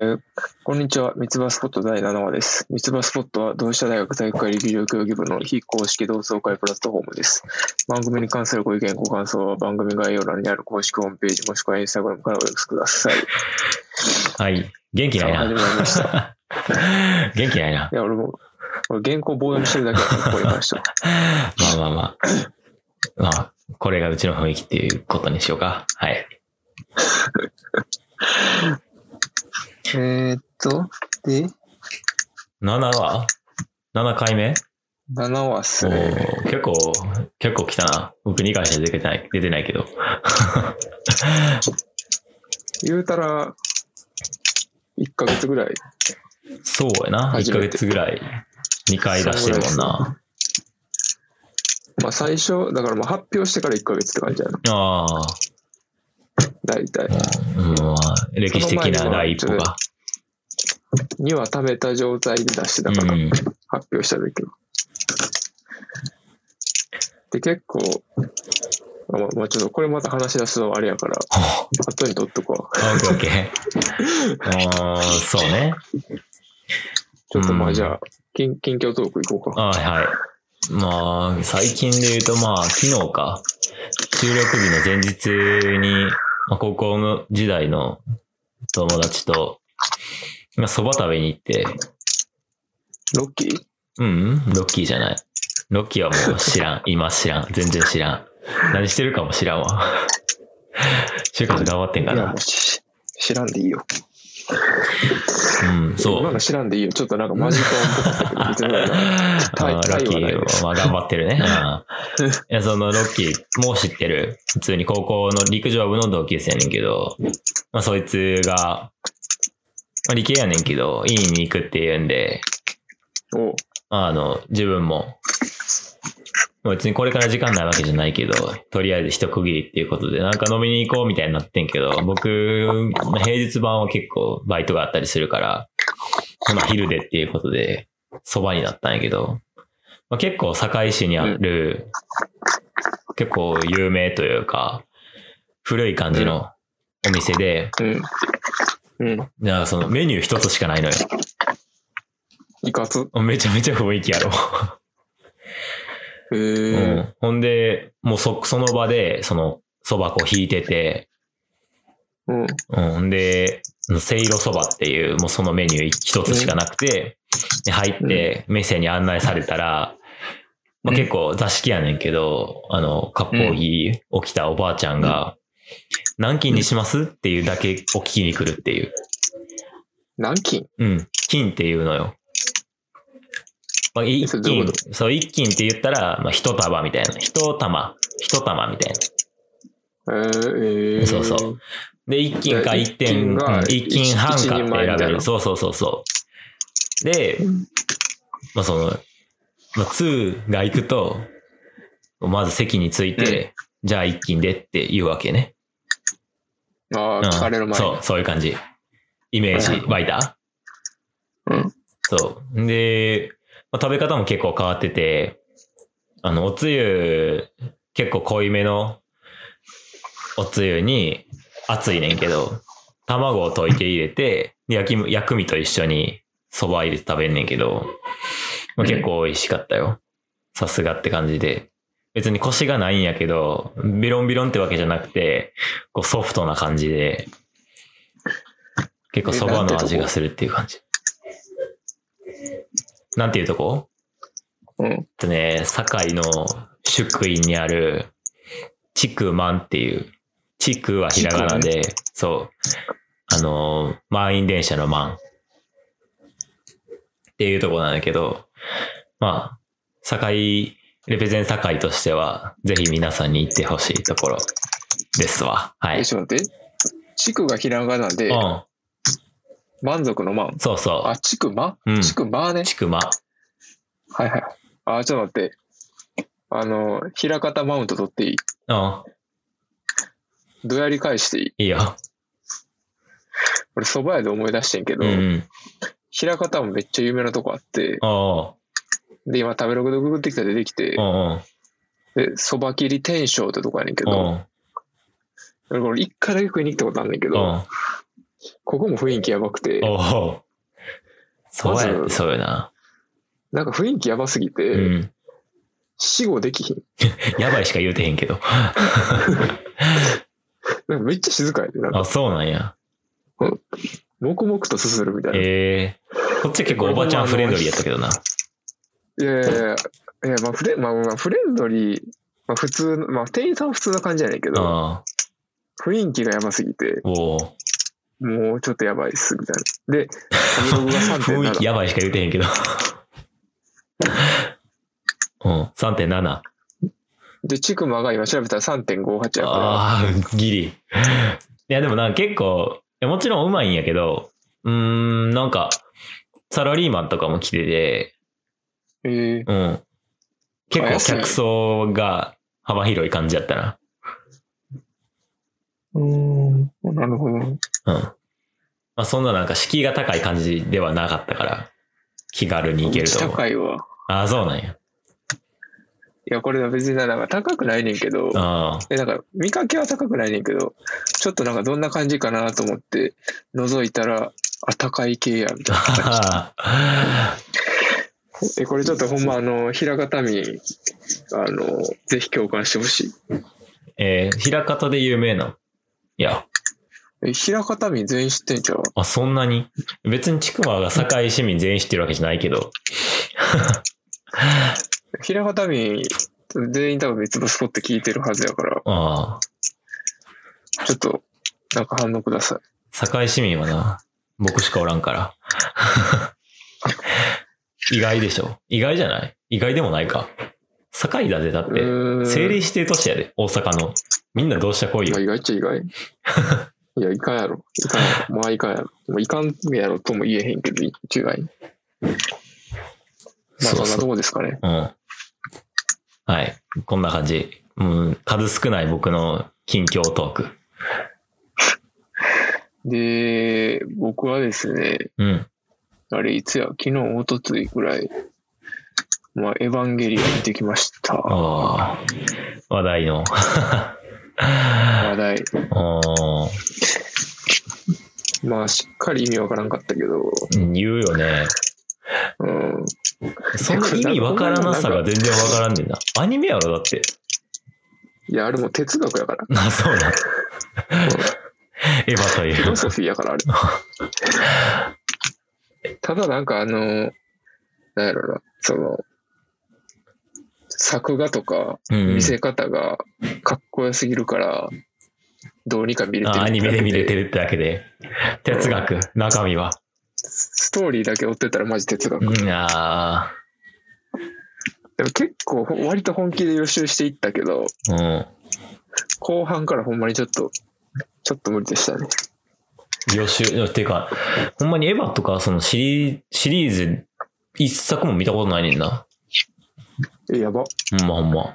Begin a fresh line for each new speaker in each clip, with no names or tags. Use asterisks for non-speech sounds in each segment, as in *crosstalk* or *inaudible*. えーこんにちは、三つ葉スポット第7話です。三つ葉スポットは、同志社大学体育会理事業協議部の非公式同窓会プラットフォームです。番組に関するご意見、ご感想は番組概要欄にある公式ホームページもしくはインスタグラムからお寄せください。
はい。元気ない
さあ始まりまし
な。元気ないな。
いや、俺も、俺原稿棒読みしてるだけだから、こういう話は。
まあまあまあ。まあ、これがうちの雰囲気っていうことにしようか。はい。
えーっと、で、
7は ?7 回目
7話っす
お
ね。
ー結構、結構来たな。僕2回しか出てない、出てないけど。
言うたら、1ヶ月ぐらい。
そうやな。1
初
ヶ
めて
月ぐらい、2回出してるもんな。
まあ最初、だからまあ発表してから1ヶ月って感じやな。
ああ、
大体。
うんまあ、歴史的な第一歩が。
2話貯めた状態で出して
う
たから、
ん。
発表した時は。で、結構、まあ、まあ、ちょっとこれまた話し出すのはあれやから、後に取っとこう。
オッケーオッケ
*laughs*
ー。ああ、そうね。
ちょっとま
う
あ
ん
じゃあ、近近況トークいこうか。
はいはい。まあ、最近で言うと、まあ、昨日か、収録日の前日に、まあ、高校の時代の友達と、まあ、蕎麦食べに行って、
ロッキー
うん、ロッキーじゃない。ロッキーはもう知らん。今知らん。全然知らん。何してるかも知らんわ。 *laughs* 就活頑張ってんか
いや、も
な
う。し知らんでいいよ。
うん、そう。
今の知らんでいいよ。ちょっとなんかマジカンっぽかったけ *laughs* ど、別に
*laughs*
なんか
あ
タイ
ー
タ
ロ
イ
ッキ
はない
ー
で
は頑張っ
*laughs*
てるね。うんいや、そのロッキーもう知ってる。普通に高校の陸上部の同級生やねんけど、まあそいつが、まあ理系やねんけど、院に行くっていうんで、
おう
まああの、自分も、まあ別にこれから時間ないわけじゃないけど、とりあえず一区切りっていうことで、なんか飲みに行こうみたいになってんけど、僕、まあ平日版は結構バイトがあったりするから、まあ昼でっていうことで、そばになったんやけど、まあ、結構堺市にある、結構有名というか、古い感じのお店で、
うん。うん。
だからそのメニュー一つしかないのよ。
いかつ。
めちゃめちゃ雰囲気やろ。
へ
う
え。
ん、ほんで、もうそ、その場で、その、そば粉引いてて、
うん。
うん、ほんで、せいろそばっていう、もうそのメニュー一つしかなくて、で入って、店に案内されたら、まあ、結構座敷やねんけど、あの、割烹着起きたおばあちゃんが、何斤にしますっていうだけを聞きに来るっていう。
南京
うん。金っていうのよ。まあ、一
それどういう
金
こ、
そう、一金って言ったら、まあ、一束みたいな。一玉、一玉みたいな。
えー、えー。
そうそう。で、一金か
で
一点、
一斤が
うん一金半かって
一人前みた
選
い
べ
な
る。そうそうそうそう。で、まあその、まあ、2が行くと、まず席について、じゃあ一金でって言うわけね。
ああ、
うん
聞かれる前に。
そう、そういう感じ。イメージ
はいは
湧いた
うん
そう。で、まあ、食べ方も結構変わってて、あの、おつゆ、結構濃いめのおつゆに、熱いねんけど、卵を溶いて入れて、で焼き、薬味と一緒に蕎麦入れて食べんねんけど、まあ、結構美味しかったよ。さすがって感じで。別に腰がないんやけど、ビロンビロンってわけじゃなくて、こうソフトな感じで、結構蕎麦の味がするっていう感じ。なんていうとこ
うん。
えっとね、堺の宿院にある、ちくまんっていう、ちくはひらがなで、そう、あのー、満員電車の満っていうとこなんだけど、まあ、堺、レペゼン堺としては、ぜひ皆さんに行ってほしいところですわ。は
え、
い。
ちょっと待って。地区がひらがな
う
で、
ん、
満足の満。
そうそ
あ、地区ま
う。うん。
地区まね。
ちくま。
はいはい。あ、ちょっと待って。あの、平方マウント取っていい
うん、
どやり返していい
いいよ。
俺、蕎麦屋で思い出してんけど、
うんうん。
枚方もめっちゃ有名なとこあって、
お
で、今食べログでググってきたら出てきて
う、おう
で、蕎麦切り天章ってとこやねんけ
おう
ど、
おう
俺、一回だけ食いに行ったことあんねんけ
お
ど、
う
ここも雰囲気やばくて、
おお。そうやって、そうやな。
なんか雰囲気やばすぎ
う
て、
ん。
死後できひん。
やばいしか言うてへんけど。
なんかめっちゃ静かやで、なんか、
あ、そうなんや。
黙々とすするみたいな。
ええこっちは結構おばちゃんフレンドリーやったけどな。
いやいやいや、いやまあフレ、まあ、まあフレンドリー、まあ普通の、まあ店員さんは普通な感じやねんけど、
ああ。
雰囲気がやばすぎて、
おお。
もうちょっとやばいっす、みたいな。で、食べログが
*laughs* 雰囲気
3.7。
やばいしか言うてへんけど。 *laughs* うん、3.7。あ
で、チクマが今調べたら3.58やか
あー、ギリ。いや、でもなんか結構、いやもちろんうまいんやけど、うーん、なんか、サラリーマンとかも来てて、
ら。えー
うん。結
あ
構
安い
客層が幅広い感じやったな。
うーん、なるほど。
うん。まあそんななんか敷居が高い感じではなかったから、気軽に行けると思う。
高いわ。
ああ、そうなんや。
いや、これは別にな、なんか高くないねんけど、
あ
え、なんか見かけは高くないねんけど、ちょっとなんかどんな感じかなと思って、覗いたら、あ、高い系や、みたいな
*laughs*
感じ。
あ。
え、これちょっとほんま、あの、平方民、あの、ぜひ共感してほしい。
*laughs* えー、平方で有名な。いや、
え、平方民全員知ってんちゃう
あ、そんなに別にちくわが堺市民全員知ってるわけじゃないけど。
平方民、全員多分三つ星ポって聞いてるはずやから、
ああ、
ちょっと、なんか反応ください。
堺市民はな、僕しかおらんから。 *laughs* 意外でしょ意外じゃない意外でもないか。堺だぜ、だっ
う
て。
ーん
政令指定都市やで、大阪の。みんなどうしたこい
いや
よ。
意外っちゃ意
*laughs*
外。いや、いかんやろ。いかんやろ。まあ、いかんやろ。もういかんやろとも言えへんけど、一概に。まあ、そ
そうん
な
そ
と
う。
こですかね。
うん。はい。こんな感じ。うん、数少ない僕の近況トーク。
で、僕はですね、
うん。
あれ、いつや、昨日、一昨日ぐらい、まあ、エヴァンゲリオン見てきました。
ああ、話題の。
話題。
ああ、
まあ、しっかり意味わからんかったけど、
言うよね。
うん。
その意味わからなさが全然わからんねんな。アニメやろ、だって。
いや、あれも哲学やから。
*laughs* あ、そうなん。エヴァと
フィ
いう
ロ。ソフィーやから、あ
*laughs*
れ。ただ、なんか、あの、なんやろな、その、作画とか、
うん
見せ方がかっこよすぎるから、どうにか見れてる
あアニメで見れて
る。
るってだけで。哲学、中身は。
ストーリーだけ追ってたらマジ哲学。
うん、あ
でも結構、ほ割と本気で予習していったけど、
あ、うん。
後半からほんまにちょっと、ちょっと無理でしたね。
予習、っていうか、ほんまにエヴァとか、そのシリーシリーズ、一作も見たことないねんな。
え、やば。
ほんまほんま。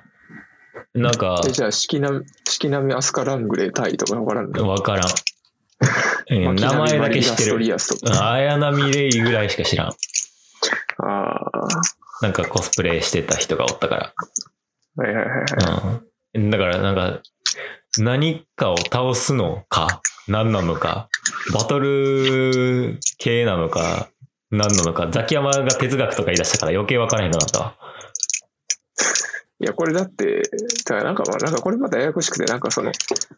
なんか、
え、じゃあ、四季並、四季並みアスカラングレータイとかわからんの
わからん。 *laughs* うん名前だけ知って
マキナミマリガスト
る。
リアスとか。
綾波レイぐらいしか知らん。
あ
なんかコスプレしてた人がおったか
あ、はいはいはいはい。
ら。うん。だからなんか、何かを倒すのか、何なのか、バトル系なのか、何なのか、ザキヤマが哲学とか言い出したから余計わからへんくなったわ。
いや、これだって、だからなんかまあ、なんかこれまたややこしくて、なんかその、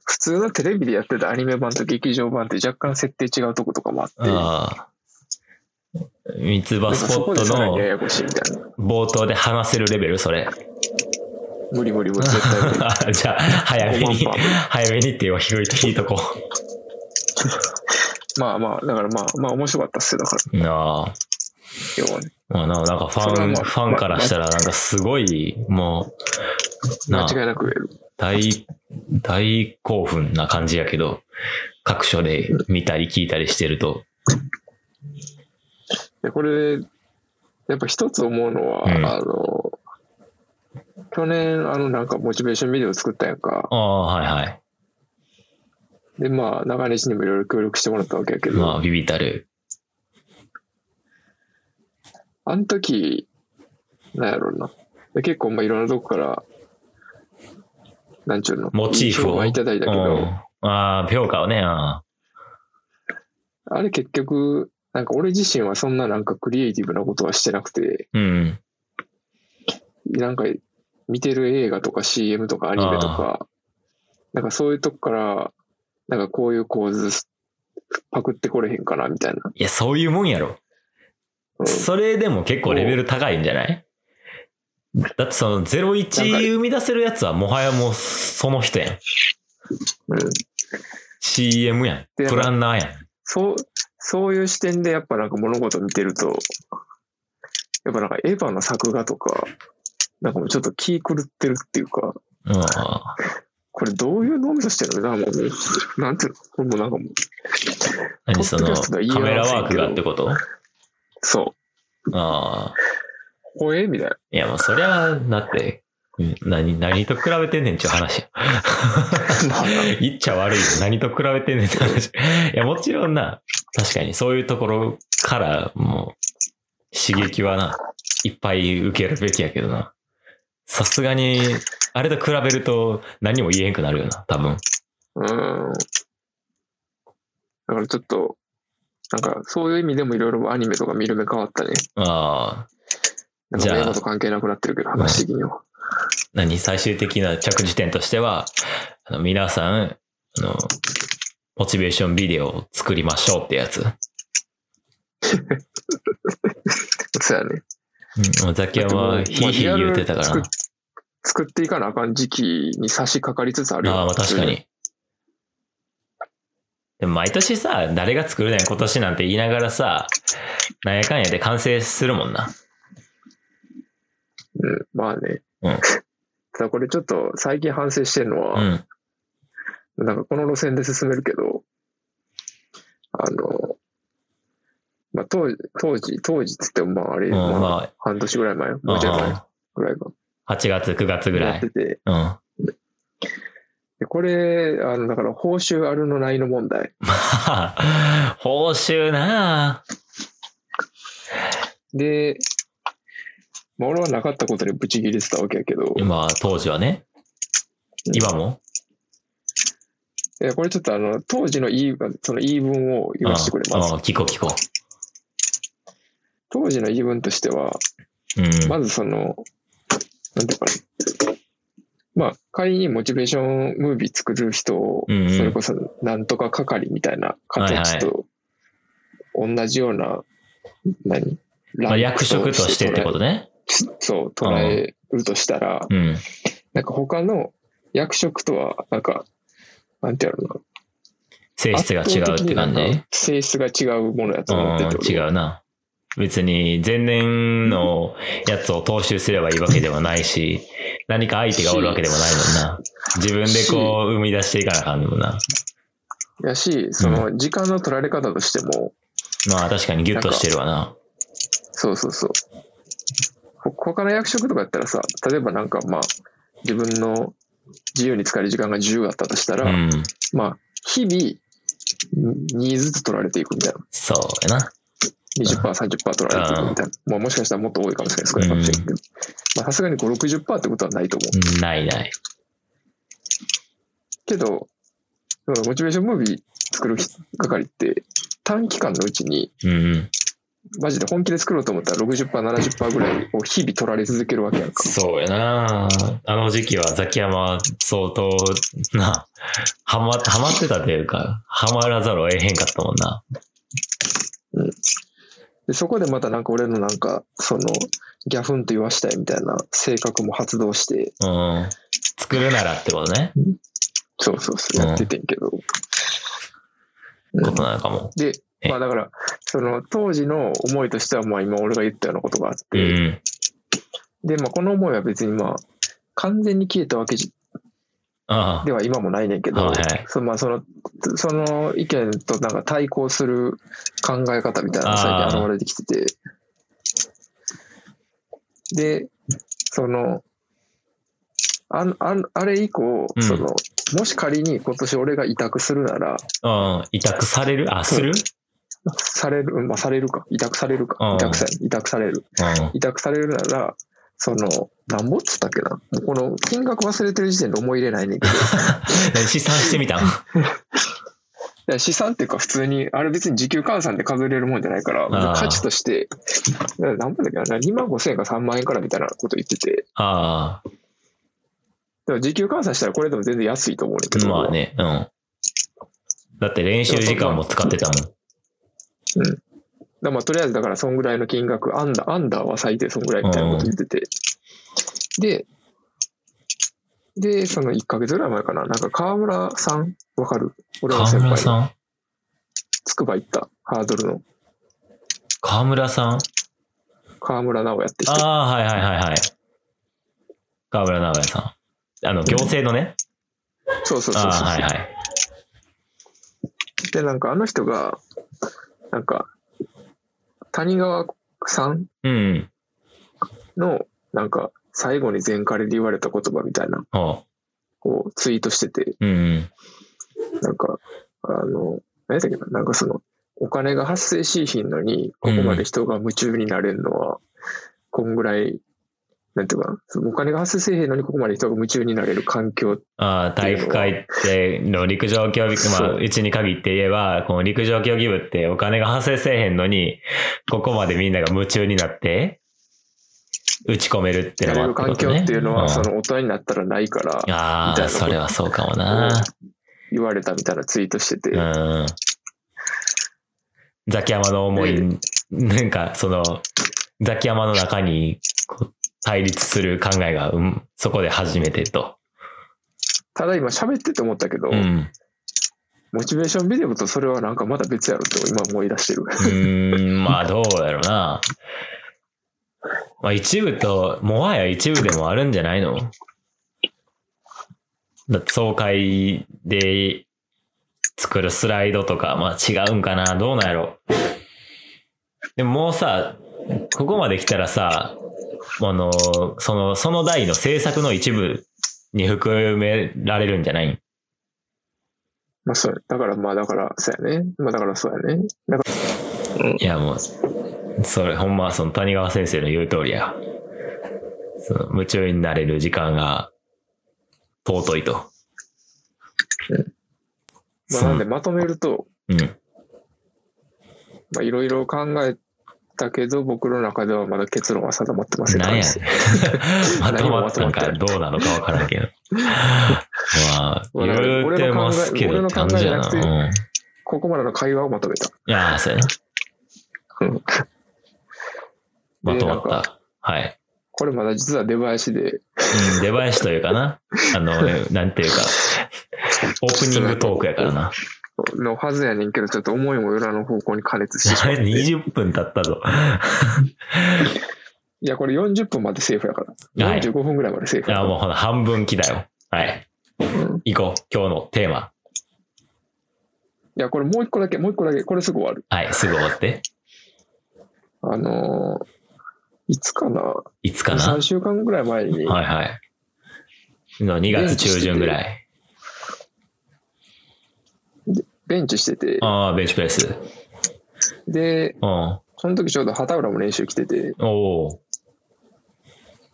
普通のテレビでやってたアニメ版と劇場版って若干設定違うとことかもあって、なんか
ああ。三つ葉ス
そ
ポ
こ
ッ
で
ト
さらにや
の
やこしいみたいな。
冒頭で話せるレベル、それ。
無理無理無理、絶対無理。
あ *laughs* じゃあ、早めに
5万番、
早めにっていうのを広いて聞いとこ
まあまあ、だからまあ、まあ面白かったっすよ、だから、
う。なあ。
要はね。
まあな、なんかフ
それ
ァ
は
ン、
まあ
ファンからしたらなんかすごい、もう、な
間
あ
違いなく
大、大興奮な感じやけど、各所で見たり聞いたりしてると、
でこれ、やっぱ一つ思うのは、
うん
あの、去年、あの、なんかモチベーションビデオ作ったやんか。
ああ、はいはい。
で、まあ、中西にもいろいろ協力してもらったわけやけど、
まあ、ビビたる。
あの時、なんやろうな。で結構、まあ、いろんなとこから、なんちゅうの、
モチー
い
フ
い評
を。
判いただいたけ
う
ど、
んああ、評価をね、あ
あれ結局、なんか俺自身はそんななんかクリエイティブなことはしてなくて、
うん。
なんか見てる映画とか CM とかアニメとか、なんかそういうとこから、なんかこういう構図パクってこれへんかなみたいな。
いや、そういうもんやろ。
うん
それでも結構レベル高いんじゃないだってその
なんか
01生み出せるやつはもはやもうその人やん。
うん
CM や
で
ん。プランナーやん。
そう、そういう視点でやっぱなんか物事見てると、やっぱなんかエヴァの作画とか、なんかもうちょっと気狂ってるっていうか、
うん。
これどういう脳みそしてるのかなもう、なんていうのこれもうなんかもう、
何その
ポッドキャストでは言い合
カ
わせんけど
メラワークがってこと
そ
ああ。
う、ほえみたいな。
いや、もうそりゃ、だって、うん何、何と比べてんねんちゅう話や。
まあ
言っちゃ悪いよ。何と比べてんねんって話。いや、もちろんな、確かにそういうところから、もう、刺激はな、いっぱい受けるべきやけどな。さすがに、あれと比べると何も言えんくなるよな、多分。
うん。だからちょっと、なんかそういう意味でもいろいろアニメとか見る目変わったね。
ああ、
なん
じ
か
ゃあ
映画と関係なくなってるけど、話的には。
何最終的な着地点としては、あの皆さん、あの、モチベーションビデオを作りましょうってやつ。
そうやね。
うん、ザキヤマはヒーヒー言うてたから
作っ
な。
作っていかなあかん時期に差し掛かりつつあるよ
ああ、まあ確か。に。でも毎年さ、誰が作るねん、今年なんて言いながらさ、なんやかんやで完成するもんな。
うん、まあね。
うん
*laughs* ただこれちょっと最近反省してるの
う
は、
ん。
なんかこの路線で進めるけど、あの、まあ当時、当時、当時っつってもまああれ、
うん、
まあ
ま
半年ぐらい前、
あ、
もうちょい前ぐらいか。
うん8月、9月ぐ
や
ら
っ
い
て。て、
うん。 *laughs* ま
でこれ、あの、だから報酬あるのないの問題。
あ、報酬なあ
で、まあ俺はなかったことにブチ切れてたわけやけど、
今、当時はね。今も
いやこれちょっとあの、当時の言いその言い分を言わせてくれます
あ。あ、聞こう聞こ
当時の言い分としては、
う。 *laughs* うん。
まずその、なんていうかな。まあ、仮にモチベーションムービー作る人を、
うんうん
それこそなんとか係みたいな形と同じような、何
まあ、役職としてってこととね。
そう、捉えるとしたら、
うん。
なんか他の役職とは、なんか、なんていうのか
性
な。
質が違うって
圧
感
倒的になん
じ
か。性質が違うものやと思って
うん、
て、
違うな。別に前年のやつを踏襲すればいいわけでもないし、何か相手がおるわけでもないもんな。自分でこう生み出していかなあかんもんな。
やし、その時間の取られ方としても、
まあ確かにギュッとしてるわな。
そうそうそう。ほ他の役職とかやったらさ、例えばなんかまあ、自分の自由に使える時間が自由だったとした
う
ら、
ん。
まあ、日々、2ずつ取られていくみたいな。
そうやな。
20%、30%取られていくみたいな。まあ、もしかしたらもっと多いかもしれない。少ないかもしれないけど。まあ、さすがに5、60%ってことはないと思う。
ないない。
けど、うんモチベーションムービー作る係って、短期間のうちに、
うんうん。
マジで本気で作ろうと思ったら60%、70%ぐらいを日々取られ続けるわけやんか。
そうやな。あの時期はザキヤマは相当な、はま、はまってたというか、はまらざるを得へんかったもんな。
で、そこでまたなんか俺のなんか、その、ギャフンと言わしたいみたいな性格も発動して、
うん。作るならってことね。
そうそうそうう、
ん
やっててんけど。うん
ことなのかも。
で、
え
まあだから、その当時の思いとしては、まあ今俺が言ったようなことがあっ
う
て、
ん。
で、まあこの思いは別にまあ、完全に消えたわけじ
ああ
で。は今もないねんけど
はいはい、
そのまあその、その意見となんか対抗する考え方みたいなのが
あ
最
ー
近現れてきてて、で、その、あんあんあれ以降、
うん
その、もし仮に今年俺が委託するなら、
うん、委託されるあ、する
*laughs* される、まあ、されるか、委託される
う
か、
ん
委託さ委託される。
う
委託されるなら、その、なんぼっつったっけな。もうこの金額忘れてる時点で思い入れないねんけど、
ん。試算してみたん
から資産っていうか普通に、あれ別に時給換算で数えれるもんじゃないから、
あー
価値として、ななんだっけな、2万5千円か3万円からみたいなこと言ってて、
あ
でも時給換算したらこれでも全然安いと思うねんだけ
あ、
ど、
まあね、うん。だって練習時間も使ってたもん。
だからまあとりあえずだからそんぐらいの金額、アンダー、アンダーは最低そんぐらいみたいなこと言ってて。で、で、その1ヶ月ぐらい前かな、なんか河村さんわかる俺の
河
先
村
輩の。
さん
つくば行った、ハードルの
河村さん
河村直哉って人。
ああ、はいはいはいはい。河村直哉さん。あの、行政のね。
そうそうそう
あ
そう
あ、はいはい。
で、なんかあの人が、なんか、谷川さん
うんうん。
の、なんか、最後に全カレで言われた言葉みたいな、
ほ
をツイートしてて、
う。うんうん。
なんか、あの、何やったっけな、なんかその、お金が発生しひんのに、ここまで人が夢中になれるのは、こんぐらい、なんていうかな、そのお金が発生せえへんのに、ここまで人が夢中になれる環境、
ああ、体育会っての陸上競技部、ま
そ
あ、
う
うちに限って言えば、この陸上競技部ってお金が発生せえへんのに、ここまでみんなが夢中になって、打ち込めるって
な
の
れ
は
る環境っていうのは、そ
ん
の大人になったらないから、
あ
みたい
あ、
なこと
それはそうかもな。
言われたみたいなツイートしてて、
うん。ザキヤマの思い、なんか、その、ザキヤマの中にこう対立する考えが、うん、そこで初めてと。
ただ今喋ってて思ったけど、
うん。
モチベーションビデオとそれはなんかまだ別やろって今思い出してる。
うーん、まあどうやろうな。まあ一部と、もはや一部でもあるんじゃないのだって総会で作るスライドとか、まあ違うんかな、どうなんやろ。でももうさ、ここまで来たらさ、あの、その、その代の制作の一部に含められるんじゃない
まあそうだからまあだから、そうやね。まあだからそうやね。だから
いやもう、それほんまその谷川先生の言う通りや。その夢中になれる時間が尊いと。
まあ
そ
なん
う
でまとめると、
うん。
まあいろいろ考えたけど、僕の中ではまだ結論は定まってません
なんやねん *laughs* まと
何も
ま
ま
っ
と
た
ま
ん
ってな
か
い
どうなのかわから
*laughs*
んけど。まあ、
俺の
言うてますけど
俺
っ
の
て
考え
感じや
俺の
な。
考えじゃ
うん。
ここまでの会話をまとめた。
いやー、そうやな。
うん
ま
で
とま
な
っ
ん
た。はい。
これまだ実は出囃子で、
うん、デバイスというかな。あの、なんていう
*laughs*
か、オープニングトークやからな。
のはずやねんけど、ちょっと思いもよらぬ方向に加
*laughs*
熱してし
あ
まっ
れ
て。
20分経った *laughs* ぞ。
いや、これ40分までセーフやから。
はい
45分ぐらいまでセーフ
い
や
や、
から
もうほな、半分来だよ。はい。
うん
行こう。今日のテーマ。
いや、これもう一個だけ、もう一個だけ、これすぐ終わる。
はい、すぐ終わって。
あのーいつかない
つかな
3
は
週間ぐらい前に、
いはい。の2月中旬ぐらい。
ベンチしてて、
ああ、ベンチプレス。
で、
うん。お
その時ちょうど畑浦も練習来てて、
お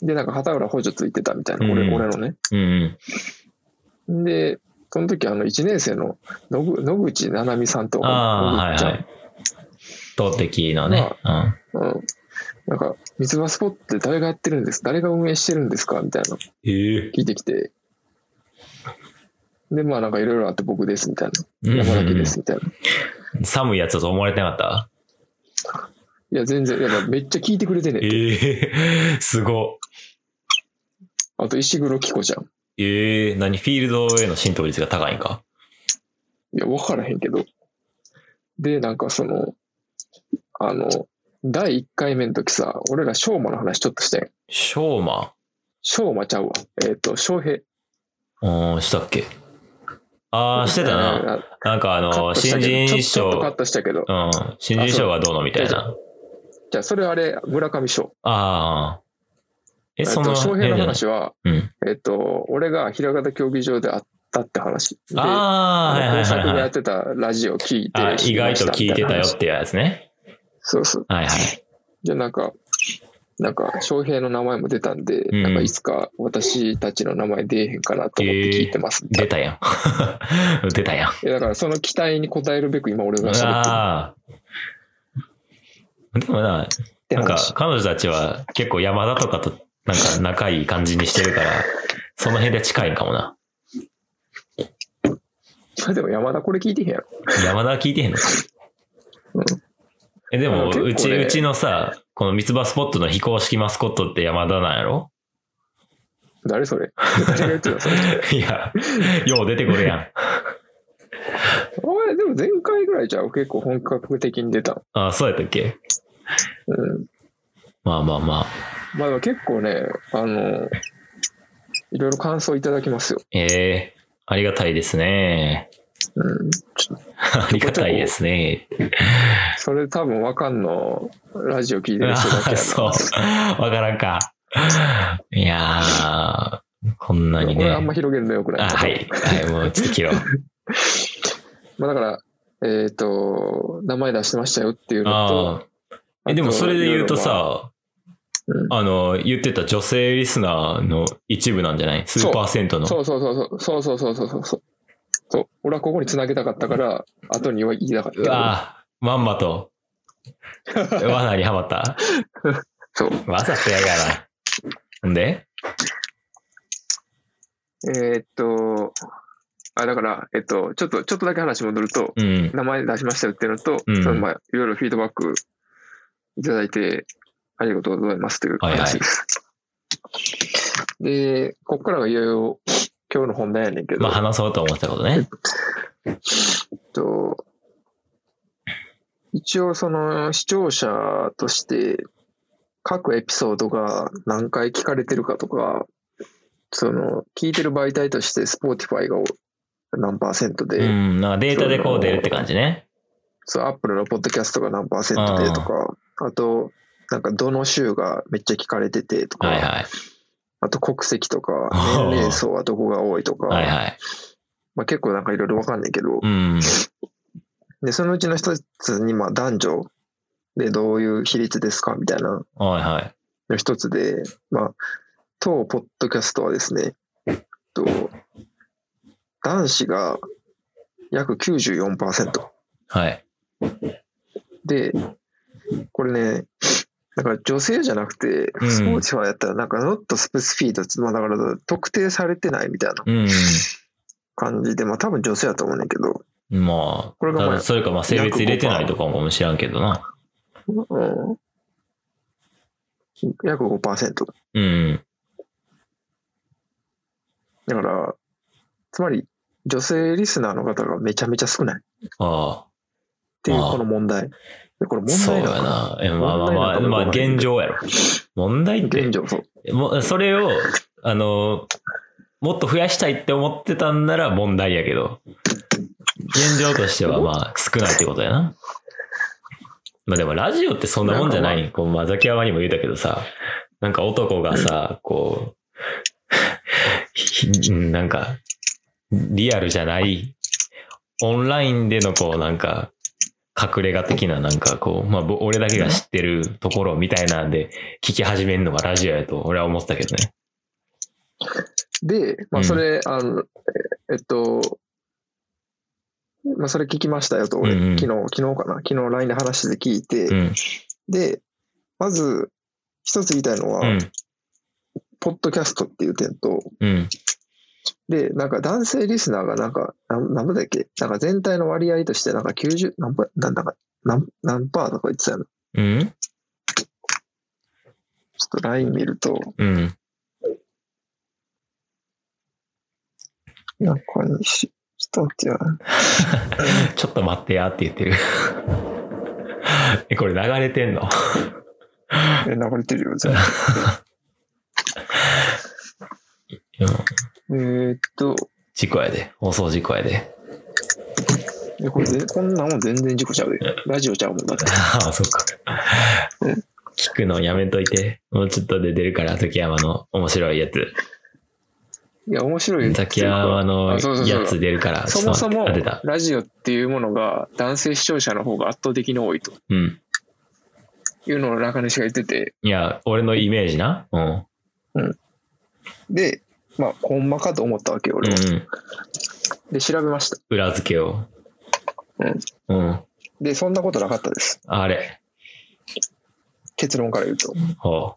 で、なんか畑浦補助ついてたみたいな、俺,、
うん
俺のね。
ー。うんうん。
で、その時あの1年生の野ぐ野口七海さんとか、
ああ、
野口
はい
ちゃん
はい。投擲のね。うん。
うん。なんか、三つ葉スポって誰がやってるんです誰が運営してるんですかみたいなの
ええ。
聞いてきて。で、まあなんかいろいろあって僕ですみたい
うん
な。山
うん
崎
う
で
ん
すみたいな。
寒いやつだと思われてなかっ
いや、全然、いやめっちゃ聞いてくれて
た
ね。
ええ。すご
あと石黒貴子ちゃん。
い。ええ。何フィールドへの浸透率が高いんか。
いや、わからへんけど。で、なんかその、あの、第1回目の時さ、俺ら翔馬の話ちょっとしてん。
ショーマ
翔馬ちゃうわ。えっ、と、翔平。
ン。うん、したっけああ、してたな。
な。
なんかあ
カ
の、
ットした
新
けど
人
ちょっとカッ
賞、
トしたけど。
うん、新人賞がどうのみたいな。
じゃあ、それあれ、村上翔。
ああ。
え
え、
っ
そ
と、
の、
翔平の
変じゃない
話は、
うん。
えっと、俺が平方競技場で会ったって話。で、
ああ、はいはい
工作
は
が
い
や
は
っ
い。
てたラジオ聞いて
あ、意外と聞いてた
み
よった
な話
ていうやつね。
*laughs* そうそう。
はいはい。
じゃあなんか、なんか、翔平の名前も出たんで、
ん
なんかいつか私たちの名前出えへんかなと思って聞いてます。
出たやん。 *laughs* 出たや
い
ん。
やだからその期待に応えるべく今俺が喋ってる
ああ。でもな、
って
なんか
話。
彼女たちは結構山田とかとなんか仲いい感じにしてるから、その辺で近いんかもな。
それでも山田これ聞いてへんやろ。
山田は聞いてへんの
うん
え、で
あの
も、
結構ね
うち、うちのさ、この三つ葉スポットの非公式マスコットって山田なんやろ *laughs*
誰それ誰が言ってたそれ。
いや、よう出てこれやん。
お前、でも前回ぐらいじゃあ結構本格的に出たの。
ああ、そうやったっけ
うん。
まあまあまあ。
まあでも結構ね、あの、いろいろ感想いただきますよ。
ええありがたいですね。 *laughs*
うん。ちょっと
ありがたいですね。
それ多分わかんの、ラジオ聞いてる人だけ
あ
や
あ
な。
*laughs* そう。わからんか。いやー、こんなに
こ
ね。
れあんま広げるのよくない。
あはい。はい、もうちょっと
*laughs*
切ろう。
まあだから、えっ、と、名前出してましたよっていうのと、
ああ。え、でもそれで言うと
あと
さ、
いろいろまあ、
あの、言ってた女性リスナーの一部なんじゃない数パーセント
うん
の。
そうそうそうそう、そうそうそうそうそう。そう俺はここに繋げたかったから、後には言いたかっ
う
た。
わぁ、まんまと。罠にはまった。 *laughs*
そう。
わざとやがな。んで
えーっと、あ、だから、えっと、ちょっと、ちょっとだけ話戻ると、
うん。
名前出しましたよっていうのと、
うん
そのまあ、いろいろフィードバックいただいて、ありがとうございますという話です。で、ここからがいよいよ今日の本題やねんけど、
まあ話そうと思ってたことね。
えっと、一応その視聴者として各エピソードが何回聞かれてるかとか、その聞いてる媒体として Spotify が何パーセントで、
うん。なんかデータでこう出るって感じね。
そう Apple のポッドキャストが何パーセントでとか、あと、なんかどの州がめっちゃ聞かれててとか、
はいはい。
あと国籍とか、
あー
年齢層はどこが多いとか、
はいはい。
まあ、結構なんかいろいろわかんないけど、
うん。
で、そのうちの一つに、まあ、男女でどういう比率ですかみたいな
はいはい。
の一つで、まあ、当ポッドキャストはですね、えっと、男子が約94%。
はい。
で、これね、だから女性じゃなくて、
うん
スポーツファーやったら、なんか、ノットスペスフィードまあ、だから、特定されてないみたいな
う
感じで、まあ、多分女性だと思うねんだけど、
ん。まあ、
これがまあ
ただそれかまあ性別入れてないとかも知らんけどな。
うん。約5%。
うん。
だから、つまり、女性リスナーの方がめちゃめちゃ少ないっ
ああ。
ていう、
ああ
この問題。でこれ問
そう
題
や
なのか
な。えまあまあまあ、
問題なのか
まあ
どうかわからんけど
現状やろ。問題っ
現
て、
状、そう。
もうそれを、あの、もっと増やしたいって思ってたんなら問題やけど、現状としてはまあ少ないってことやな。まあでもラジオってそんなもんじゃな
なん
い。こう、まあザキヤマにも言うたけどさ、なんか男がさ、こうひ、なんか、リアルじゃない、オンラインでのこうなんか、隠れ家的ななんかこう、まあぼ俺だけが知ってるところみたいなんで、聞き始めるのがラジオやと俺は思ってたけどね。
で、まあ、
うん
それ、あの、ええっと、まあ、それ聞きましたよと、俺、
うんうん
昨日、昨日かな昨日 LINE で話して聞いて、
うん。
で、まず、一つ言いたいのは、
うん。
ポッドキャストっていう点と、
うん。
で、なんか男性リスナーがなんか、なんなんぼだっけなんか全体の割合としてなんか90、何パー、なんだか、何何パーとか言ってたよね。
うん。
ちょっと LINE 見ると、
うん。
なんかにし、ちょっと待ってよ。
ちょっと待ってやって言ってる。え、これ流れてんの
え、流れてるよ、じゃあ。
うん
えーっと、
事故やで。放送事故やで。
えこれぜこんなんも全然事故ちゃうで。ラジオちゃうもんだって。
ああ、そっか
う。
聞くのやめといて。もうちょっとで出るから、崎山の面白いやつ。
いや、面白いよ。
崎山の
あそうそうそう
やつ出るから、
そもそも
ちょっと待ってあ、出た。
ラジオっていうものが男性視聴者の方が圧倒的に多いと。
うん。
いうのを中西が言ってて、
いや、俺のイメージな。うん。うん
で、まあ、ほんまかと思ったわけよ、
う
俺は。
ん。
で、調べました。
裏付けを。うん。うん。
で、そんなことなかったです。
あれ。
結論から言うと。
ほ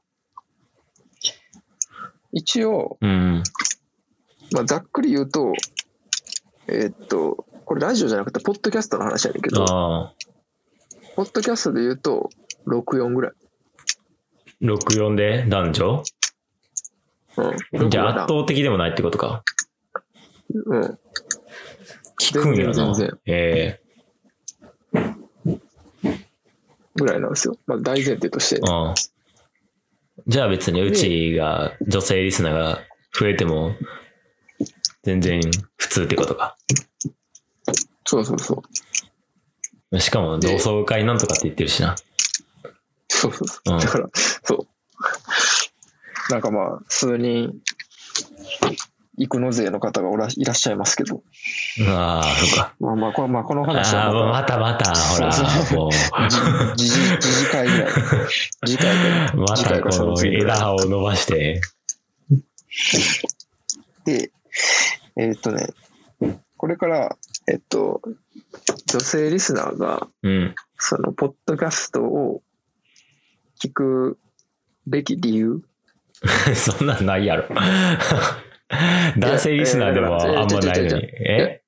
一応、
う。うん。
まあ、ざっくり言うと、えーっと、これラジオじゃなくて、ポッドキャストの話やねんけど、
ああ。
ポッドキャストで言うと、64ぐらい。
64で男女
うん。
じゃあ圧
64だ
倒的でもないってことか。
うん。
聞くんやな。
全然全然
え
ぐらいなんですよ。まあ、大前提として
え。うん。じゃあ別にうちが女性リスナーが増えても全然普通ってことか。
そうそうそう。
しかも同窓会なんとかって言ってるしな。
そうそうそうう。
ん
だから、そう。なんかまあ、数人、行くの勢の方がおらいらっしゃいますけど、
ああ、そっか。
まあまあ、これまあこの話
ああ、もう
は
またまた、ほら
そう、そ
もう。
また、じじじじ会ぐらい。次回ぐらい。
ま
*laughs* 次
た
回か
こ
その
の
次ぐら
枝
い
葉を伸ばして。
で、えーっとね、これから、えっと、女性リスナーが、
うん。
その、ポッドキャストを聞くべき理由
*laughs* そんなんないやろ。男性リスナーでもあんまないのに。え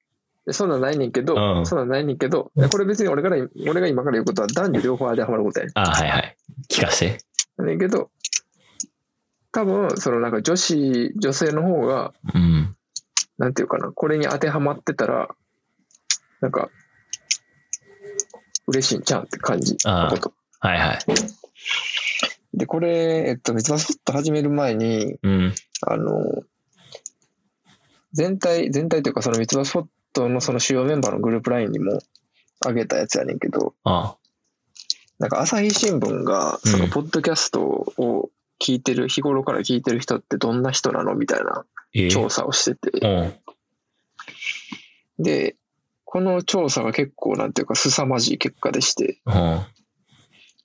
でそんなんないねんけど、
うん
そんなんないねんけど、でこれ別に俺から、俺が今から言うことは男女両方当てはまることやね
ああ、はいはい。聞かして。
ん。ねんけど、多分、そのなんか女子、女性の方が、
うん。
なんていうかな、これに当てはまってたら、なんか、嬉しいんちゃうって感じのこと。
はいはい。
で、これ、えっと、三つ葉ット始める前に、
うん。
あの、全体、全体というか、その三つ葉スポットのその主要メンバーのグループラインにも上げたやつやねんけど、
あ
なんか朝日新聞が、
うん
そのポッドキャストを聞いてる、日頃から聞いてる人ってどんな人なのみたいな
ええ
調査をしてて、
うん。
で、この調査が結構なんていうか凄まじい結果でして、
う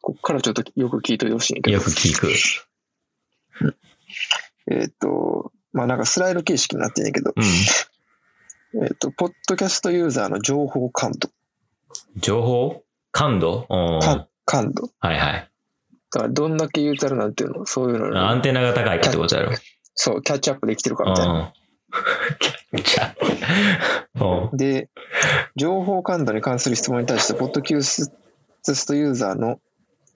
こっからちょっとよく聞いといてほしいんや
ん。
け
よ
ど、
く聞く。
えーっ、と、まあなんかスライド形式になってんねんけど、
うん。
えーっ、と、ポッドキャストユーザーの情報感度、
情報感度うん。
感
は
感度。
いはい。
だからどんだけ言うたらなんていうの、そういうのに
アンテナが高いかってことやろ。
そう、キャッチアップできてるかみたいな。
うん。 *laughs* じゃあ。うん。
で、情報感度に関する質問に対して、ポッドキューストユーザーの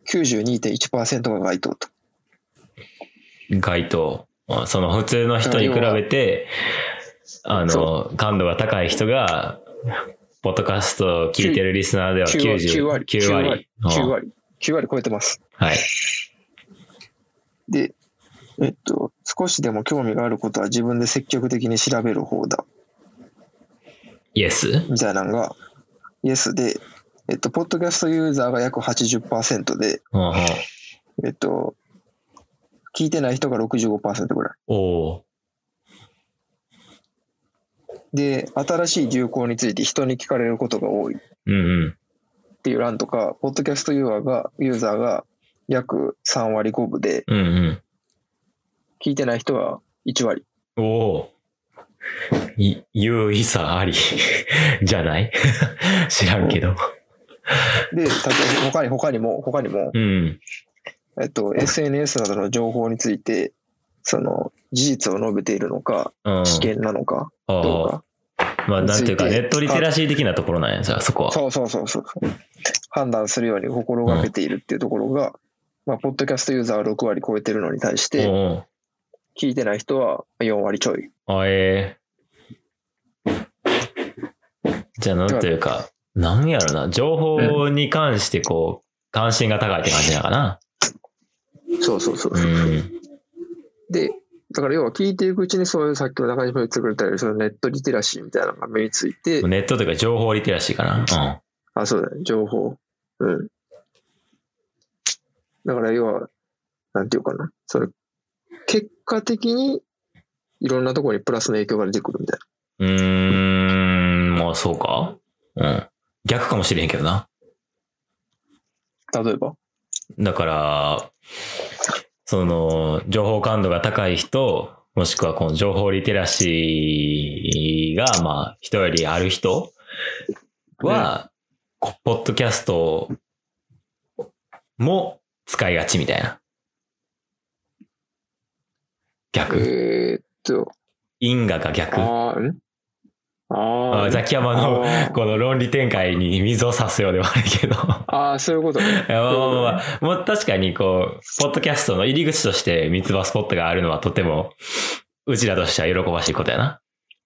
92.1%が該当と。
街頭。あその普通の人に比べて、あの
そ、
感度が高い人が、ポッドキャストを聞いてるリスナーでは
9
90
9割。
9
9
割
割。。
う
9
ん
割。9割超えてます。
はい。
で、えっと、少しでも興味があることは自分で積極的に調べる方だ。
イエス
みたいなのが、イエスで、えっと、ポッドキャストユーザーが約80%で、
うんうん
えっと、聞いてない人が65%ぐらい。
おー
で、新しい流行について人に聞かれることが多い。
うんうん。
っていう欄とか、ポッドキャストユーザーが、ユーザーが約3割5分で、
うんうん。
聞いてない人は1割。
おおーい優位さあり *laughs* じゃない *laughs* 知らんけど。
で、例えば他に、他にも、他にも、
うん。
えっと、SNS などの情報について、その、事実を述べているのか、
うん。
試験なのか、どう
あ
か。
あ。まあ、なんていうか、
につい
ネ
て
ットリテラシー的なところなんやさ、そこは。
そうそうそうそう。判断するように心がけているっていうところが、まあ、ポッドキャストユーザーは6割超えてるのに対し
うん
て、
うん。
聞いてない人は4割ちょい。
あええじゃあ、なんというか、なんやろな、情報に関して、こう、関心が高いって感じなのかな。
そうそうそう
う
そう。
ん。
で、だから要は聞いていくうちにそういうさっきの中島言ってくれたようにそのネットリテラシーみたいなのが身について、
ネットというか、情報リテラシーかな。
あ、そうだね、情報。うん。だから要は、なんていうかな、それ、結果的にいろんなところにプラスの影響が出てくるみたい
うん。うーん、まあ、そうか。うん。逆かもしれへんけどな。
な。例えば
だから、その、情報感度が高い人、もしくはこの情報リテラシーが、まあ、人よりある人は、こポッドキャストも使いがちみたいな。逆。
えーっと、
因果が逆。
あー、んあ
あ
ー
ザキヤマの
あー
この論理展開に水を差すようではあるけど。
あー、そういうことね。
いやまあまあまあまあ、もう確かにこう、ポッドキャストの入り口として三つ葉スポットがあるのはとても、うちらとしては喜ばしいことやな。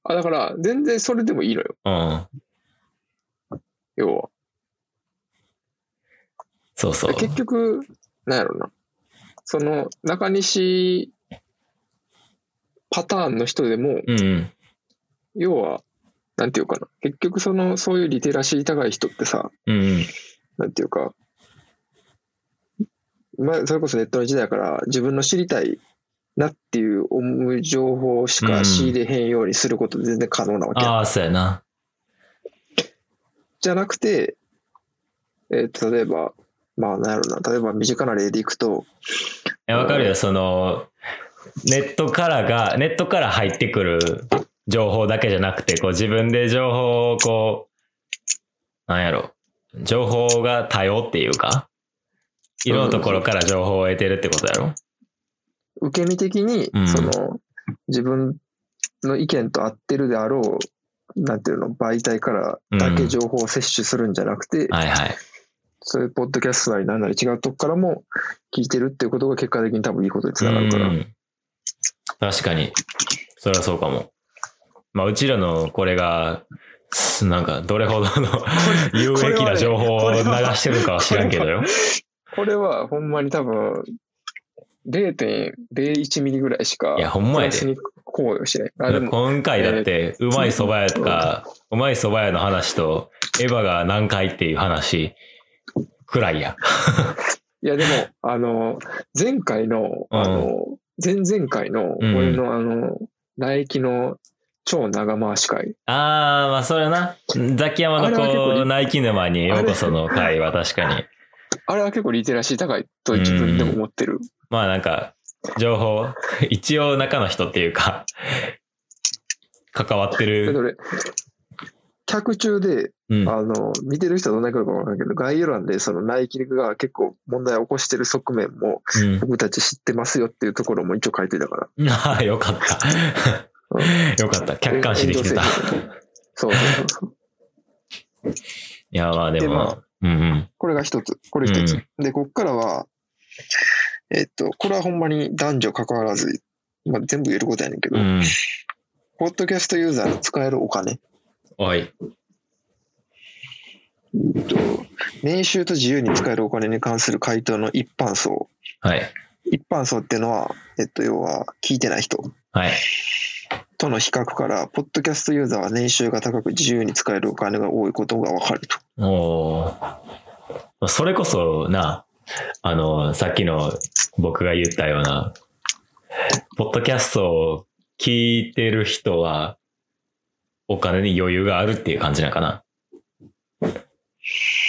あ、だから、全然それでもいいのよ、
うん。
要は。
そうそう。
結局、なんやろな。その、中西パターンの人でも、
うんうん。
要は、なんていうかな。結局、その、そういうリテラシー高い人ってさ、
うんうん。
なんていうか、まあ、それこそネットの時代だから、自分の知りたいなっていう思う情報し
う
か
ん
仕入れへんようにすること全然可能なわけやん。
ああ、そうやな。
じゃなくて、えーと例えば、まあ、なんやろな。例えば、身近な例でいくと、
え、わかるよ。その、ネットからが、ネットから入ってくる情報だけじゃなくて、こう自分で情報をこう、なんやろ、情報が多様っていうか、いろんなところから情報を得てるってことやろ。
受け身的に
うん、
その、自分の意見と合ってるであろう、なんていうの、媒体からだけ情報を摂取するんじゃなくて、
はいはい。
そういうポッドキャストなりなんなり違うとこからも聞いてるっていうことが結果的に多分いいことにつながるから。
うん確かに。それはそうかも。まあ、うちらのこれが、すなんか、どれほどの有益な情報を流してるかは知らんけどよ。
これはほんまに多分、0.01ミリぐらいしか、
いやほんまやで
プラスに考慮しない。あ、でも、
今回だって、うまい蕎麦屋とか、うまい蕎麦屋の話と、エヴァが何回っていう話、くらいや。
いやでも、あの、前回の、
うん
あの、前々回の、
うん
俺のあの、唾液の超長回し会。
あー、まあ、それな。ザキヤマの
あれは結構
こう、
立
ナイキ沼にようこその回は確かに。
あれは結構リテラシー高いと自分でも思ってる。
まあなんか、情報、 *laughs* 一応中の人っていうか、関わって
だって
*laughs* る。
俺、客中で、
うん。
あの、見てる人はどんな人かわからんないけど、概要欄でそのナイキが結構問題を起こしてる側面も、
うん
僕たち知ってますよっていうところも一応書いてたから。
ああ、よかった。よかった。客観視できてた。い
そうそうそうそう。
や、まあで
でま
も、うんうん。
これが一つ。これ一つ。で、こっからは、えっと、これはほんまに男女関わらず、まあ、全部言えることやねんけど、
うん。
ポッドキャストユーザーの使えるお金。
おい。
えっと、年収と自由に使えるお金に関する回答の一般層。
はい。
一般層っていうのは、えっと、要は、聞いてない人
はい。
との比較から、ポッドキャストユーザーは年収が高く自由に使えるお金が多いことがわかると。
おーそれこそな、あの、さっきの僕が言ったような、ポッドキャストを聞いてる人は、お金に余裕があるっていう感じなのかな。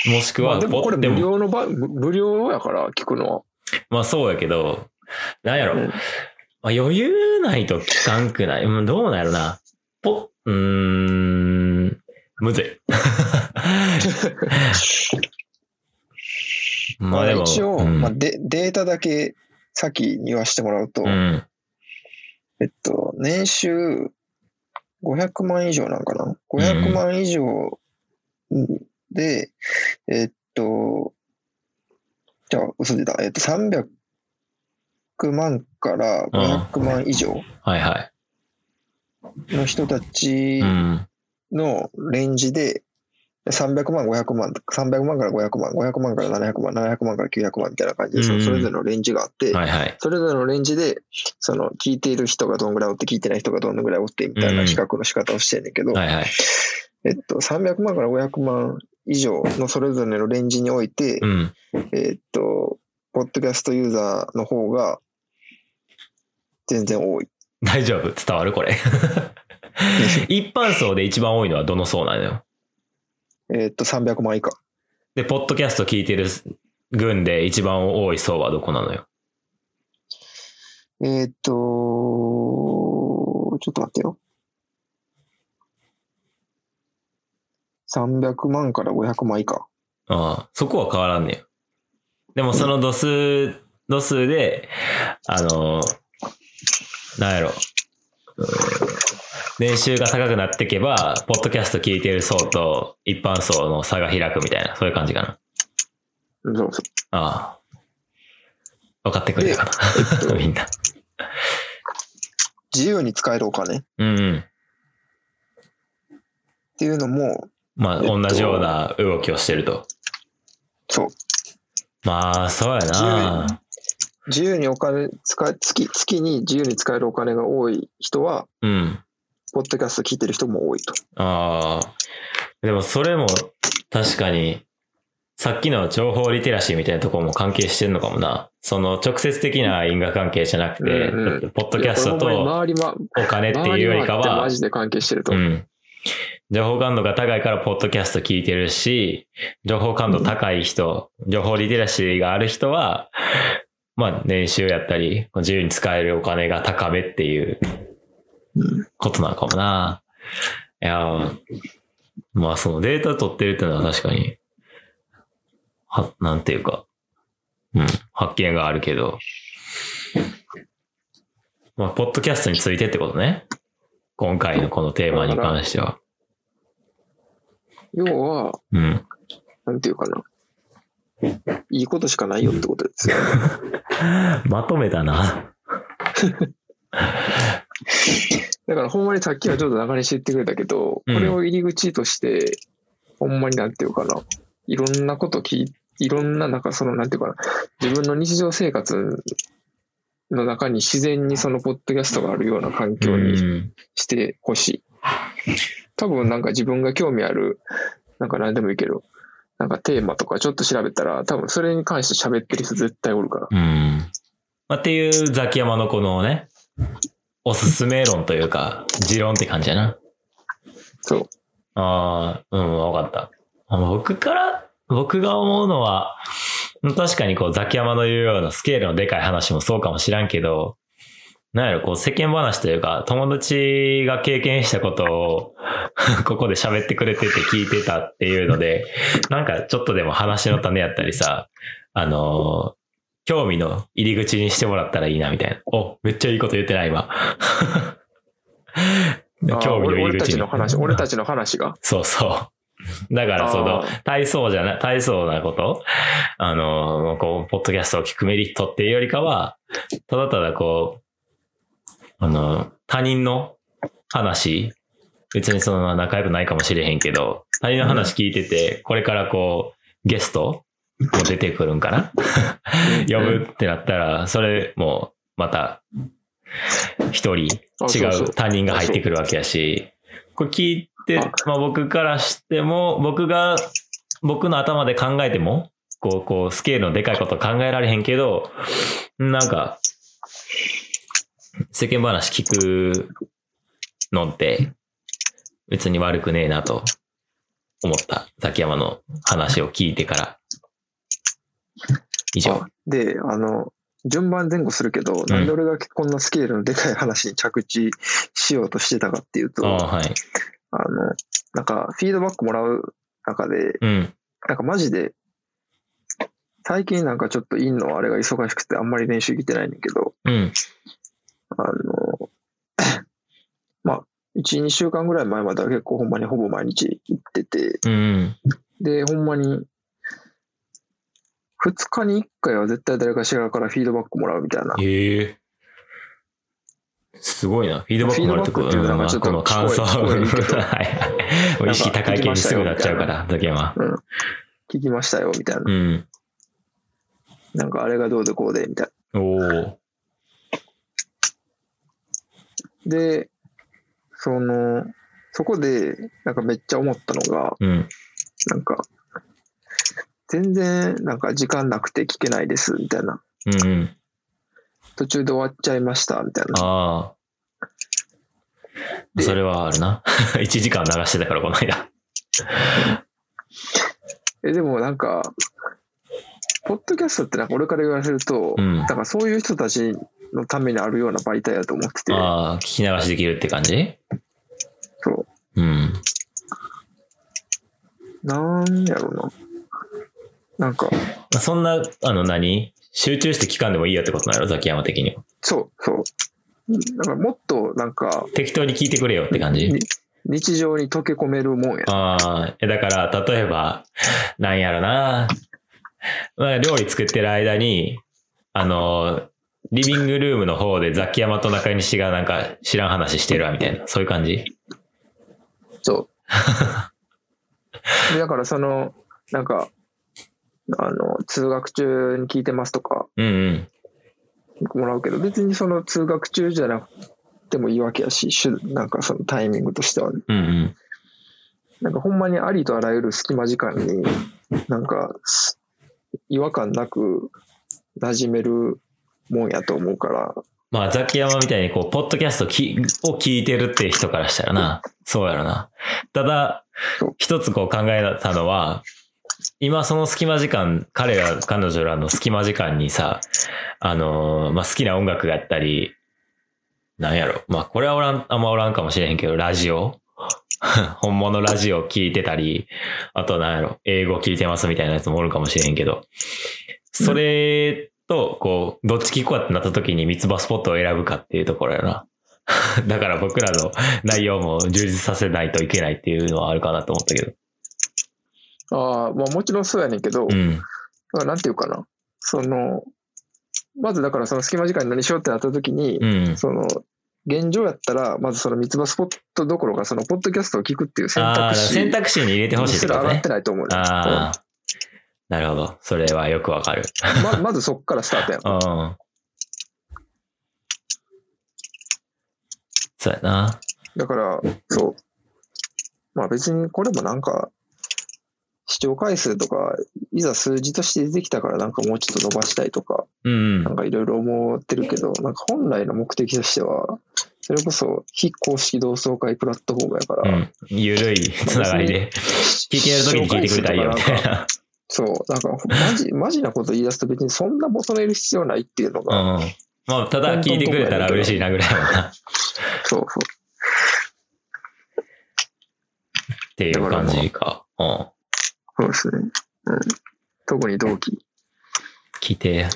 もしく
まあ
は、
でもこれ
ポで
無
も
料の場、無無料やから聞くのは。
まあそうやけど、なんやろ、
うん
まあ、余裕ないと聞かんくない。うん、どうなんやろな。ぽ、うーん、むず
*laughs*
い。まあでも、
一応、
うん
まあ、でデータだけ先に言わせてもらうと、
うん。
えっと、年収500万以上なんかな ?500 万以上で、えっと、じゃあ、嘘出た。えっと、300万から500万以上
はいはい。
の人たち
うん。
のレンジで、300万、500万、300万から500万、500万から700万、700万から900万みたいな感じで、そ
うん
のそれぞれのレンジがあって、
はいはい。
それぞれのレンジで、その、聞いている人がどんぐらいおって、聞いてない人がどんぐらいおって、みたいな比較の仕方をしてるんだけど、
はいはい。
えっと、300万から500万以上のそれぞれのレンジにおいて、
うん。
えっと、ポッドキャストユーザーの方が、全然多い。
大丈夫伝わるこれ。一般層で一番多いのはどの層なのよ。
えっと、300万以下。
で、ポッドキャスト聞いてる軍で一番多い層はどこなのよ。
えーっと、ちょっと待ってよ。300万から500万以下。
ああ、そこは変わらんねん。でもその度数、度数で、あの、なんやろ、うーん年収が高くなっていけば、ポッドキャスト聞いてる層と一般層の差が開くみたいな、そういう感じかな。
そうそう。
ああ。分かってくれるか *laughs* な、みんな。
自由に使えるお金っ
うんうん。
ていうのも、
まあ、
えっと
同じような動きをしてると。
そう。
まあ、そうやな。
自由にお金使え、月、月に自由に使えるお金が多い人は、
うん。
ポッドキャスト聞いてる人も多いと。
ああ。でもそれも確かに、さっきの情報リテラシーみたいなところも関係してんのかもな。その直接的な因果関係じゃなくて、
うんう
ポッドキャスト
いやこれほん
と
まに周り
お金って
ま、
いうより
回り回
か
って
は
マ、ジで関係してると
う
思う。
ん。情報感度が高いからポッドキャスト聞いてるし、情報感度高い人、情報リテラシーがある人は、まあ年収やったり、自由に使えるお金が高めっていう
うん
ことなのかもな。いやー、まあそのデータ取ってるっていうのは確かに、は、なんていうか、うん、発見があるけど、まあ、ポッドキャストについてってことね。今回のこのテーマに関しては。
要は、
うん。
なんていうかな。いいことしかないよってことですよ。
まとめたな。
だからほんまにさっきはちょっと流れ知ってくれたけど、こ
うん
れを入り口として、ほんまになんていうかな。いろんなこと聞い、いろんな、なんかその、なんていうかな。自分の日常生活の中に自然にそのポッドキャストがあるような環境に
うん。
してほしい。多分なんか自分が興味ある、なんか何でもいいけど、なんかテーマとかちょっと調べたら、多分それに関して喋ってる人絶対おるから。
うん。まあ、っていうザキヤマのこのね、おすすめ論というか、持論って感じやな。
そう。
ああ、うん、わかった。あの僕から、僕が思うのは、うん確かにこう、ザキヤマの言うようなスケールのでかい話もそうかもしらんけど、なんやろ、こう、世間話というか、友達が経験したことを、 *laughs* ここで喋ってくれてて聞いてたっていうので、なんかちょっとでも話の種やったりさ、あのー興味の入り口にしてもらったらいいなみたいな。お、めっちゃいいこと言ってない、今。 *laughs* 興味の入
俺
り口に。
たちの話、俺たちの話が。
そうそう。だからその
あー、
体操じゃな、体操なこと、あの、こう、ポッドキャストを聞くメリットっていうよりかは、ただただこう、あの、他人の話、別にその仲良くないかもしれへんけど、他人の話聞いてて、これからこう、ゲストも出てくるんかな *laughs* 呼ぶってなったら、それもまた、一人
あ
違
そう
う
そ
他人が入ってくるわけやし、これ聞いて
あ、
まあ僕からしても、僕が、僕の頭で考えても、こう、こう、スケールのでかいこと考えられへんけど、なんか、世間話聞くのって、別に悪くねえなと思った。崎山の話を聞いてから。以上
あ。で、あの、順番前後するけど、なんで俺がこんなスケールのでかい話に着地しようとしてたかっていう
あ
と、
あ、はい。
あの、なんか、フィードバックもらう中で、
うん。
なんかマジで、最近なんかちょっとインのあれが忙しくてあんまり練習来てないんだけど、
うん。
あの、 *coughs* まあ、1、2週間ぐらい前までは結構ほんまにほぼ毎日行ってて、
うん。
で、ほんまに、2日に1回は絶対誰かしらからフィードバックもらうみたいな。
ええすごいな。フィードバックもらうとこ、
フィードバックっていうのが
うん
ちょっと
この感想。
聞こえ聞こえるけど
*laughs* はい。もう意識高い系にすぐなっちゃうから、ザキヤマ。
聞きましたよ、みたいな。
うん。
なんかあれがどうでこうで、みたい
おお。
な。で、その、そこで、なんかめっちゃ思ったのが、
うん。
なんか、全然、なんか時間なくて聞けないです、みたいな。
うんうん。
途中で終わっちゃいました、みたいな。
ああ。
で
それはあるな。1時 *laughs* 間流してたから、この間。
え、でもなんか、ポッドキャストってなんか俺から言わせると、
うん
なんかそういう人たちのためにあるような媒体だと思ってて、
ああ、聞き流しできるって感じ
そう
うん。
なんやろうな。なんか、
そんな、あの何、集中して聞かんでもいいよってことなのザキヤマ的には。
そう、そう。なんかもっとなんか、
適当に聞いてくれよって感じ
に日常に溶け込めるもんや。
ああ、えだから、例えば、なんやろな。まあ料理作ってる間に、あの、リビングルームの方でザキヤマと中西がなんか知らん話してるわみたいな、そういう感じ
そう。でだからその、なんか、あの、通学中に聞いてますとか
うんうん。
もらうけど、別にその通学中じゃなくてもいいわけやし、しゅなんかそのタイミングとしてはね。
うんうん。
なんかほんまにありとあらゆる隙間時間に、なんか、す違和感なく馴染めるもんやと思うから、
まあ、ザキヤマみたいに、こう、ポッドキャストきを聞いてるって人からしたらな、そうやろな。ただ
そう、
一つこう考えたのは、今その隙間時間、彼ら、彼女らの隙間時間にさ、あのーまあ、好きな音楽があったり、なんやろ、まあ、これはおらん、あんまおらんかもしれへんけど、ラジオ *laughs* 本物ラジオ聞いてたり、あとなんやろ、英語聞いてますみたいなやつもおるかもしれへんけど、それと、こう、どっち聞くかってなった時に三つ葉スポットを選ぶかっていうところやな。 *laughs* だから僕らの内容も充実させないといけないっていうのはあるかなと思ったけど。
ああ、まあもちろんそうやねんけど、
うん。
まあなんていうかな、その、まずだからその隙間時間に何しようってなった時に、
うん。
その、現状やったら、まずその三つ葉スポットどころか、その、ポッドキャストを聞くっていう選
ああ
択
ー、
肢
選択肢に入れてほしいっ
す
てこ
ら
と
上がっ
ね
て。ないと思うね。
ああ。なるほど。それはよくわかる。
うんままずそっからスター
*laughs*
トやん。
うん。そうやな。
だから、そう。まあ別にこれもなんか、視聴回数とか、いざ数字として出てきたからなんかもうちょっと伸ばしたいとか、
うんうん
な。んかいろいろ思ってるけど、なんか本来の目的としては、それこそ非公式同窓会プラットフォームやから、
うん。ゆるいつながりで。聞ける時に聞いてくれたらいいよみたいな。
そう、なんかマジ、マジなこと言い出すと別にそんな求める必要ないっていうの
う
が、
んうん。まあ、ただ聞いてくれたら嬉しいなぐらいはな。っ
そうそう。
ていう感じか。うん。
そうですね。うん。特に同期。
聞いて、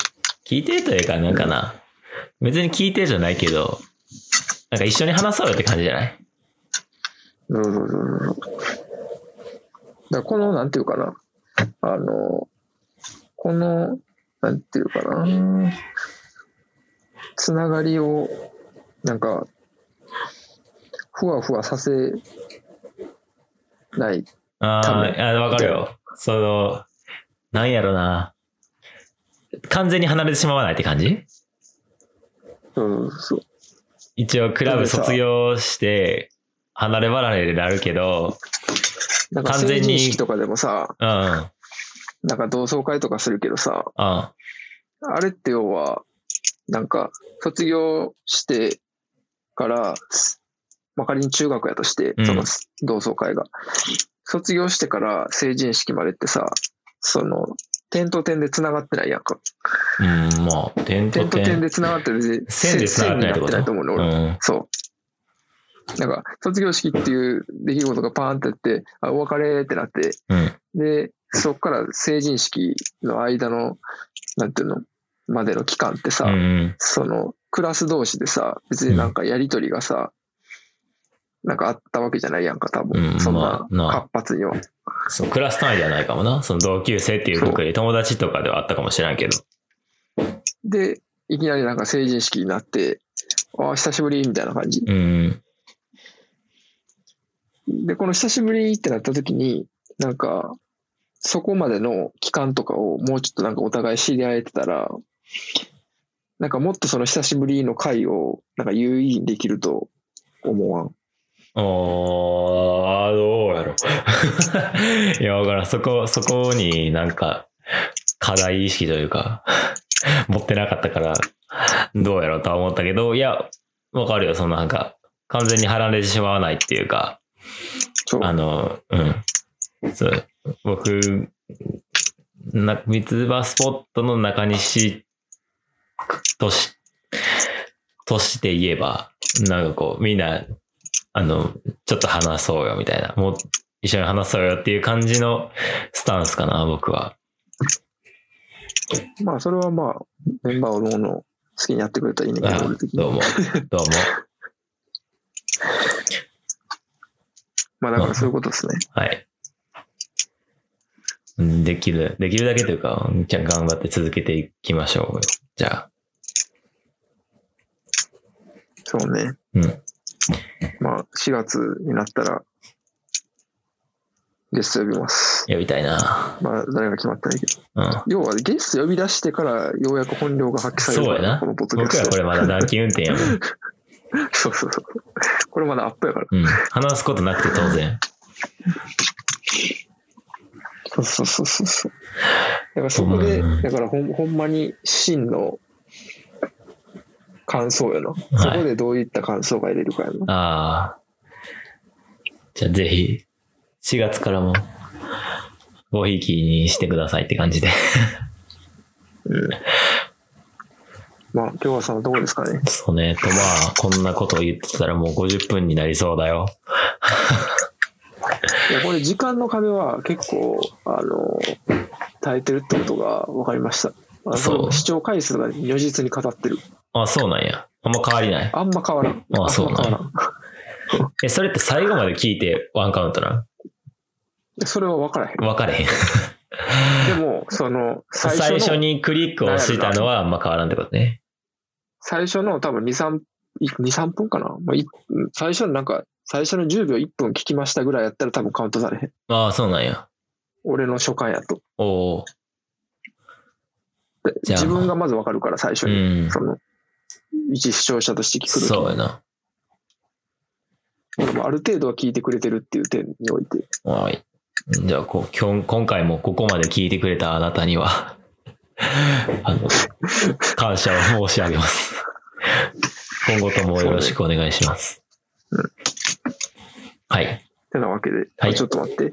聞いてというか、なんかな、別に聞いてじゃないけど、なんか一緒に話そうよって感じじゃない
そうそうそうそう。だからこの、なんていうかな。あの、この、なんていうかな。つながりを、なんか、ふわふわさせない。
あ
多
ー
分
あー、わかるよ。その、なんやろな。完全に離れてしまわないって感じ
そうそうそう。
一応、クラブ卒業して、離れ離れでなるけど、
なんか
完全
成
に
人式とかでもさ、
うん、うん、
なんか同窓会とかするけどさ、
うん、
あれって要は、なんか、卒業してから、まあ、仮に中学やとして
う、ん
その同窓会が、卒業してから成人式までってさ、その、点と点で繋がってないやんか。
うん、まあ、点と
点と点
点。
で繋がってる
線で繋がってないってこと
と思うの、
う
俺。
ん、
そう。なんか、卒業式っていう出来事がパーンってやって、あ、お別れってなって、
うん、
で、そっから成人式の間の、なんていうの、までの期間ってさ、
うん、
そのクラス同士でさ、別になんかやりとりがさ、なんかあったわけじゃないやんか、多分、
うん
そんな
まあな
活発には。
そう、クラス単位ではないかもな。その同級生っていうくくり、友達とかではあったかもしれんけど。
で、いきなりなんか成人式になって、ああ、久しぶりみたいな感じ。
うん、
で、この久しぶりってなった時に、なんか、そこまでの期間とかをもうちょっとなんかお互い知り合えてたら、なんかもっとその久しぶりの会をなんか有意義にできると思わん。
ああ、どうやろ。 *laughs* いや、わからん。そこ、そこになんか、課題意識というか、持ってなかったから、どうやろうとは思ったけど、いや、わかるよ。そのなんか、完全に離れてしまわないっていうか、
そう。
あの、うん。そう。僕な、三つ葉スポットの中西とし、として言えば、なんかこう、みんな、あの、ちょっと話そうよみたいな、もう一緒に話そうよっていう感じのスタンスかな、僕は。
まあ、それはまあ、メンバーおのおの好きにやってくれたらいいねんけ
あ
ど、俺的
ど
に。
うも、どうも。
まあ、だからそういうことですね。
はい。うんできる、できるだけというか、じゃあ頑張って続けていきましょう。じゃあ。
そうね。
うん。
まあ、4月になったら、ゲスト呼びます。
呼びたいな。
まあ、誰が決まってないけど。
うん。
要は、ゲスト呼び出してから、ようやく本領が発揮されるから
そうやな
このポッドキャ
僕ら
ス
こ
ト。
れまだ暖気運転やもん。
*laughs* そうそうそう。これまだアップやから。
うん。話すことなくて当然。
そうそうそうそうそう。だからそこで、
うん
だからほんほんまに真の感想やな。そこでどういった感想が得れるかやな。
ああ。じゃあぜひ、4月からも、ごひいきにしてくださいって感じで。
うん。まあ、今日はそのとこですかね。
そうね。とまあ、こんなことを言ってたらもう50分になりそうだよ。
いや、これ時間の壁は結構、あの、耐えてるってことが分かりました。あの
そう
視聴回数が如実に語ってる。
あ、そうなんや。あんま変わりない。
あんま変わらん。
あそうん
ま変わらん。
え、それって最後まで聞いてワンカウントな
それは分
*laughs*
からへん。
の分かれへん。
でも、その、最
最
初の、
初
最初に
にクリックを押したのはあんま変わらんってことね。
の多分2、3、2、3分かな、まあ、い最初のなんか、最初の10秒1分聞きましたぐらいやったら多分カウントされへん。
ああ、そうなんや。
俺の所感やと。
おお。
で
じゃあ
自分がまず分かるから、最初
う
に。
ん。
その、一視聴者として聞く
そう
と
やな。
き。でもある程度は聞いてくれてるっていう点において。
はい。じゃあこうきょん、今回もここまで聞いてくれたあなたには、 *laughs* あの、感謝を申し上げます。今後ともよろしくお願いします。はい。
てなわけで、
はい
ちょっと待って。